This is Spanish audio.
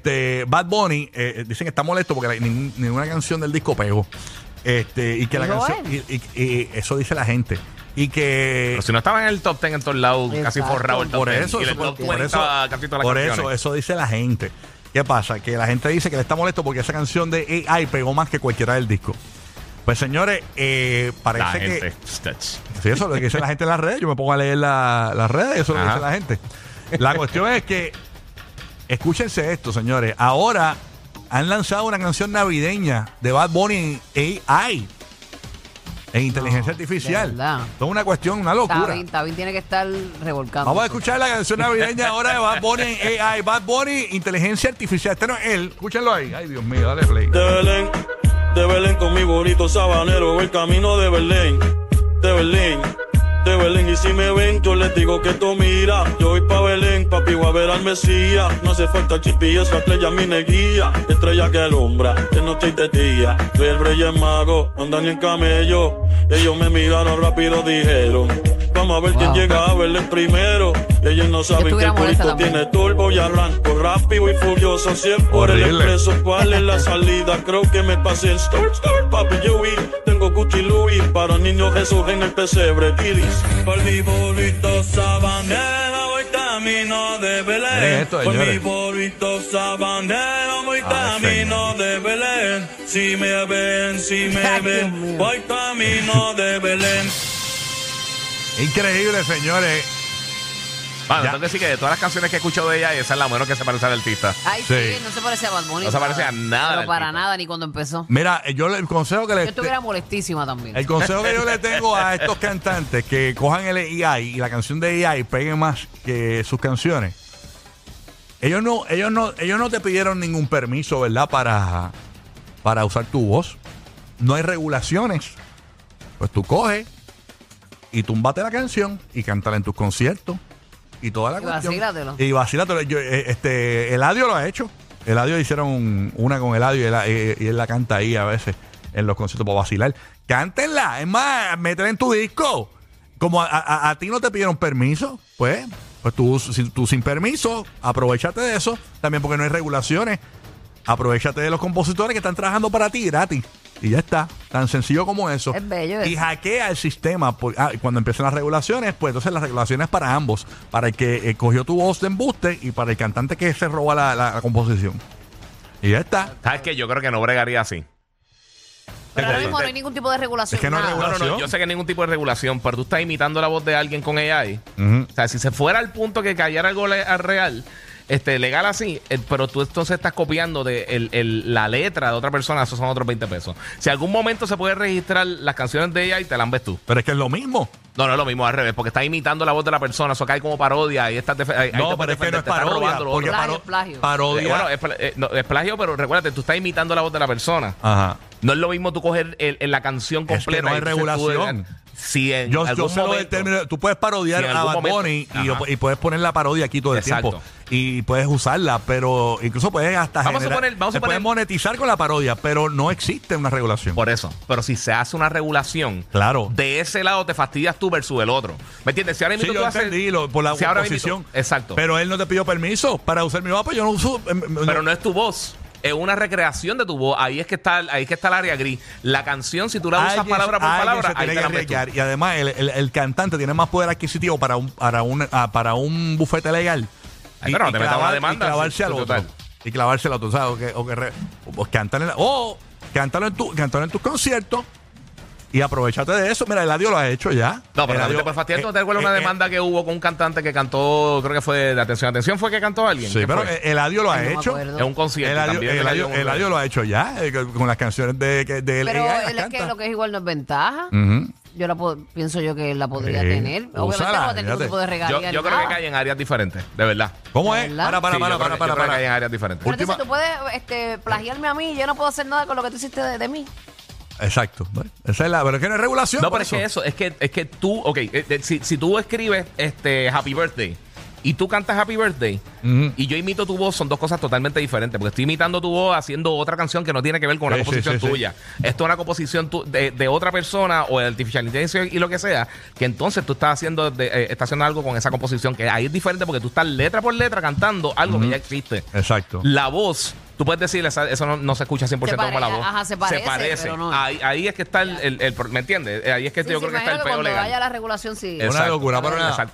Este, Bad Bunny, eh, dicen que está molesto porque la- ningún- ninguna canción del disco pegó. Este, y que la Pegó canción. Y, y- y eso dice la gente. Y que. Pero Eh, si no estaba en el top 10 en todos lados, casi Exacto. forrado el top Por 10. eso, y en eso, el top por, 20 por eso, estaba casi todas las por canciones. eso, eso dice la gente. ¿Qué pasa? Que la gente dice que le está molesto porque esa canción de AI pegó más que cualquiera del disco. Pues señores, eh, parece La que. gente. Stach. Sí, eso es lo que dice la gente en las redes. Yo me pongo a leer la- las redes y eso es lo que Ajá. dice la gente. La cuestión es que, escúchense esto, señores. Ahora han lanzado una canción navideña de Bad Bunny en AI, en inteligencia No, artificial. de verdad. Esto es una cuestión, una locura. Tabín, Tabín tiene que estar revolcando. Vamos a escuchar la canción navideña ahora de Bad Bunny en AI. Bad Bunny, inteligencia artificial. Este no es él. Escúchenlo ahí. Ay, Dios mío, dale play. De Belén, de Belén con mi burrito sabanero, el camino de Belén, de Belén, de Belén. Y si me ven, yo les digo que esto mira. Yo voy pa' Belén, papi, voy a ver al Mesías. No hace falta el GPS, la estrella es mi neguía. Estrella que alumbra, de noche y de día. Soy el rey y el mago, andan en camello. Ellos me miraron rápido, dijeron. Vamos a ver quién Wow. llega a Belén primero. Ellos no saben que estuviera el molesta burrito también. tiene turbo y arranco rápido y furioso. Siempre por el Horrible. expreso. ¿Cuál es la salida? Creo que me pasé en Store Store, papi Joey. Tengo Gucci Louis para niños Jesús en el pesebre Kiris. Por mi burrito sabanero voy camino de Miren Belén. esto, Por mi señores. burrito sabanero voy Ay, camino de Belén. Si me ven, si me Ay, Dios ven, mío. voy camino de Belén. Increíble, señores. Bueno, Ya. tengo que decir que de todas las canciones que he escuchado de ella, esa es la menos que se parece al artista. Ay, sí. Sí. no se parece a Bad Bunny. No se parece a nada Pero del para tipo. Este- nada, ni cuando empezó. Mira, yo le- el consejo que Yo le estuviera molestísima también. El consejo que yo le tengo a estos cantantes que cojan el AI y la canción de AI peguen más que sus canciones. Ellos no, ellos no, ellos no te pidieron ningún permiso, ¿verdad? Para, para usar tu voz. No hay regulaciones. Pues tú coges y túmbate la canción y cántala en tus conciertos y toda la Y cuestión. vacílatelo. Y vacílatelo. Yo, eh, este, Eladio lo ha hecho. Eladio hicieron un- una con Eladio y él, eh, y él la canta ahí a veces en los conciertos para vacilar. Cántenla, es más, métela en tu disco. Como a, a- a ti no te pidieron permiso, pues, pues tú, si- tú sin permiso, aprovechate de eso. También porque no hay regulaciones. Aprovechate de los compositores que están trabajando para ti gratis. Y ya está. Tan sencillo como eso. Es bello Y eso. hackea el sistema por- ah, y cuando empiezan las regulaciones, pues entonces las regulaciones para ambos, para el que eh, cogió tu voz de embuste y para el cantante que se roba la, la- la composición. Y ya está. ¿Sabes qué? Yo creo que no bregaría así. Pero ahora Te- mismo te- no hay ningún tipo de regulación. Es que no hay nada. regulación. este- No, no, no, yo sé que ningún tipo de regulación, pero tú estás imitando la voz de alguien con AI. Ujú. O sea, si se fuera al punto que cayera algo le- al real, este, legal así, eh, pero tú entonces estás copiando de el- el- la letra de otra persona, esos son otros 20 pesos. Si algún momento se puede registrar las canciones de ella y te las ves tú. Pero es que es lo mismo. No, no es lo mismo al revés, porque estás imitando la voz de la persona, eso cae como parodia y estás defe- ahí- ahí No, pero te puedes es que defender, no es te estás parodia. robando lo Porque otro. Plagio, paro- plagio. Eh, parodia. bueno, es, pla- eh, no, es plagio, pero recuérdate, tú estás imitando la voz de la persona. Ajá. No es lo mismo tú coger el- el- la canción Ah. que completa. no hay y entonces tú- regulación. Si en Yo, algún yo sé lo del momento- término. Tú puedes parodiar Sí, en a Bad algún momento. Bunny y, Ajá. y puedes poner la parodia aquí todo el Exacto. tiempo. Y puedes usarla, pero incluso puedes hasta Vamos a generar- suponer- vamos a se puede suponer- monetizar con la parodia, pero no existe una regulación. Por eso. Pero si se hace una regulación, Claro. de ese lado te fastidias tú versus el otro. ¿Me entiendes? Si ahora Sí, mismo tú yo haces- entendí lo- por la si ahora mismo- oposición. Exacto. Pero, Pero él no te pidió permiso para usar mi voz, pues yo no uso. eh, m- m- no es tu voz. Es una recreación de tu voz. Ahí es que está, ahí es que está el área gris. La canción, si tú la usas Alguien- palabra por alguien palabra, se ahí tiene te que la metes tú. arriesgar. Y además, el, el- el cantante tiene más poder adquisitivo para un, para un, ah, para un bufete legal. Ay, pero no te metas una demanda, Y clavarse sí, al otro. total. Y clavarse al otro. ¿sabes? O que, o que re- o- o cántale la- o cántalo en, tu, cántalo en tus conciertos y aprovechate de eso. Mira, Eladio lo ha hecho ya. No, pero Eladio- te puedes fastidiar. ¿Tú eh, no te acuerdas una eh, demanda que hubo con un cantante que cantó, creo que fue de Atención, Atención, fue que cantó alguien? Sí, ¿Qué pero eh, fue? Eladio lo ha Ay, no me hecho. acuerdo. Es un concierto. Eladio, también, Eladio- Eladio- Eladio lo ha hecho ya eh, con las canciones de, que- de Pero ella las él es que canta. lo que es igual no es ventaja. Mm. Ujú. Yo la puedo- pienso yo que la podría Sí. tener. Obviamente Úsala, no va a tener fíjate. ningún tipo de regalía. Yo, yo ni creo que nada. cae en áreas diferentes, de verdad. ¿Cómo ¿De es? verdad? Para, para, Sí, yo para, para, creo que- yo para, creo que cae en para. áreas diferentes. Pero última- entonces tú puedes este, plagiarme a mí. Yo no puedo hacer nada con lo que tú hiciste de, de mí. Exacto. Bueno, Esa es la, pero es que no hay regulación. No, por pero es que eso, es que, es que tú, ok, eh, eh, si, si tú escribes este Happy Birthday y tú cantas Happy Birthday Ujú. y yo imito tu voz, son dos cosas totalmente diferentes. Porque estoy imitando tu voz haciendo otra canción que no tiene que ver con una Sí, sí, sí, composición sí. tuya. Esto es una composición tu- de, de otra persona o de artificial inteligencia y lo que sea. Que entonces tú estás haciendo, de- eh, estás haciendo algo con esa composición. Que ahí es diferente porque tú estás letra por letra cantando algo que ya existe. Exacto. La voz, tú puedes decirle, esa- eso no, no se escucha 100% Se como la pare- voz. ajá, se parece, pero no es. Ahí, ahí es que está el, el- el pro- ¿me entiendes? Ahí es que Sí, Este yo sí, creo imagino que está el que peo cuando legal. vaya la regulación, sí. Una locura, pero nada.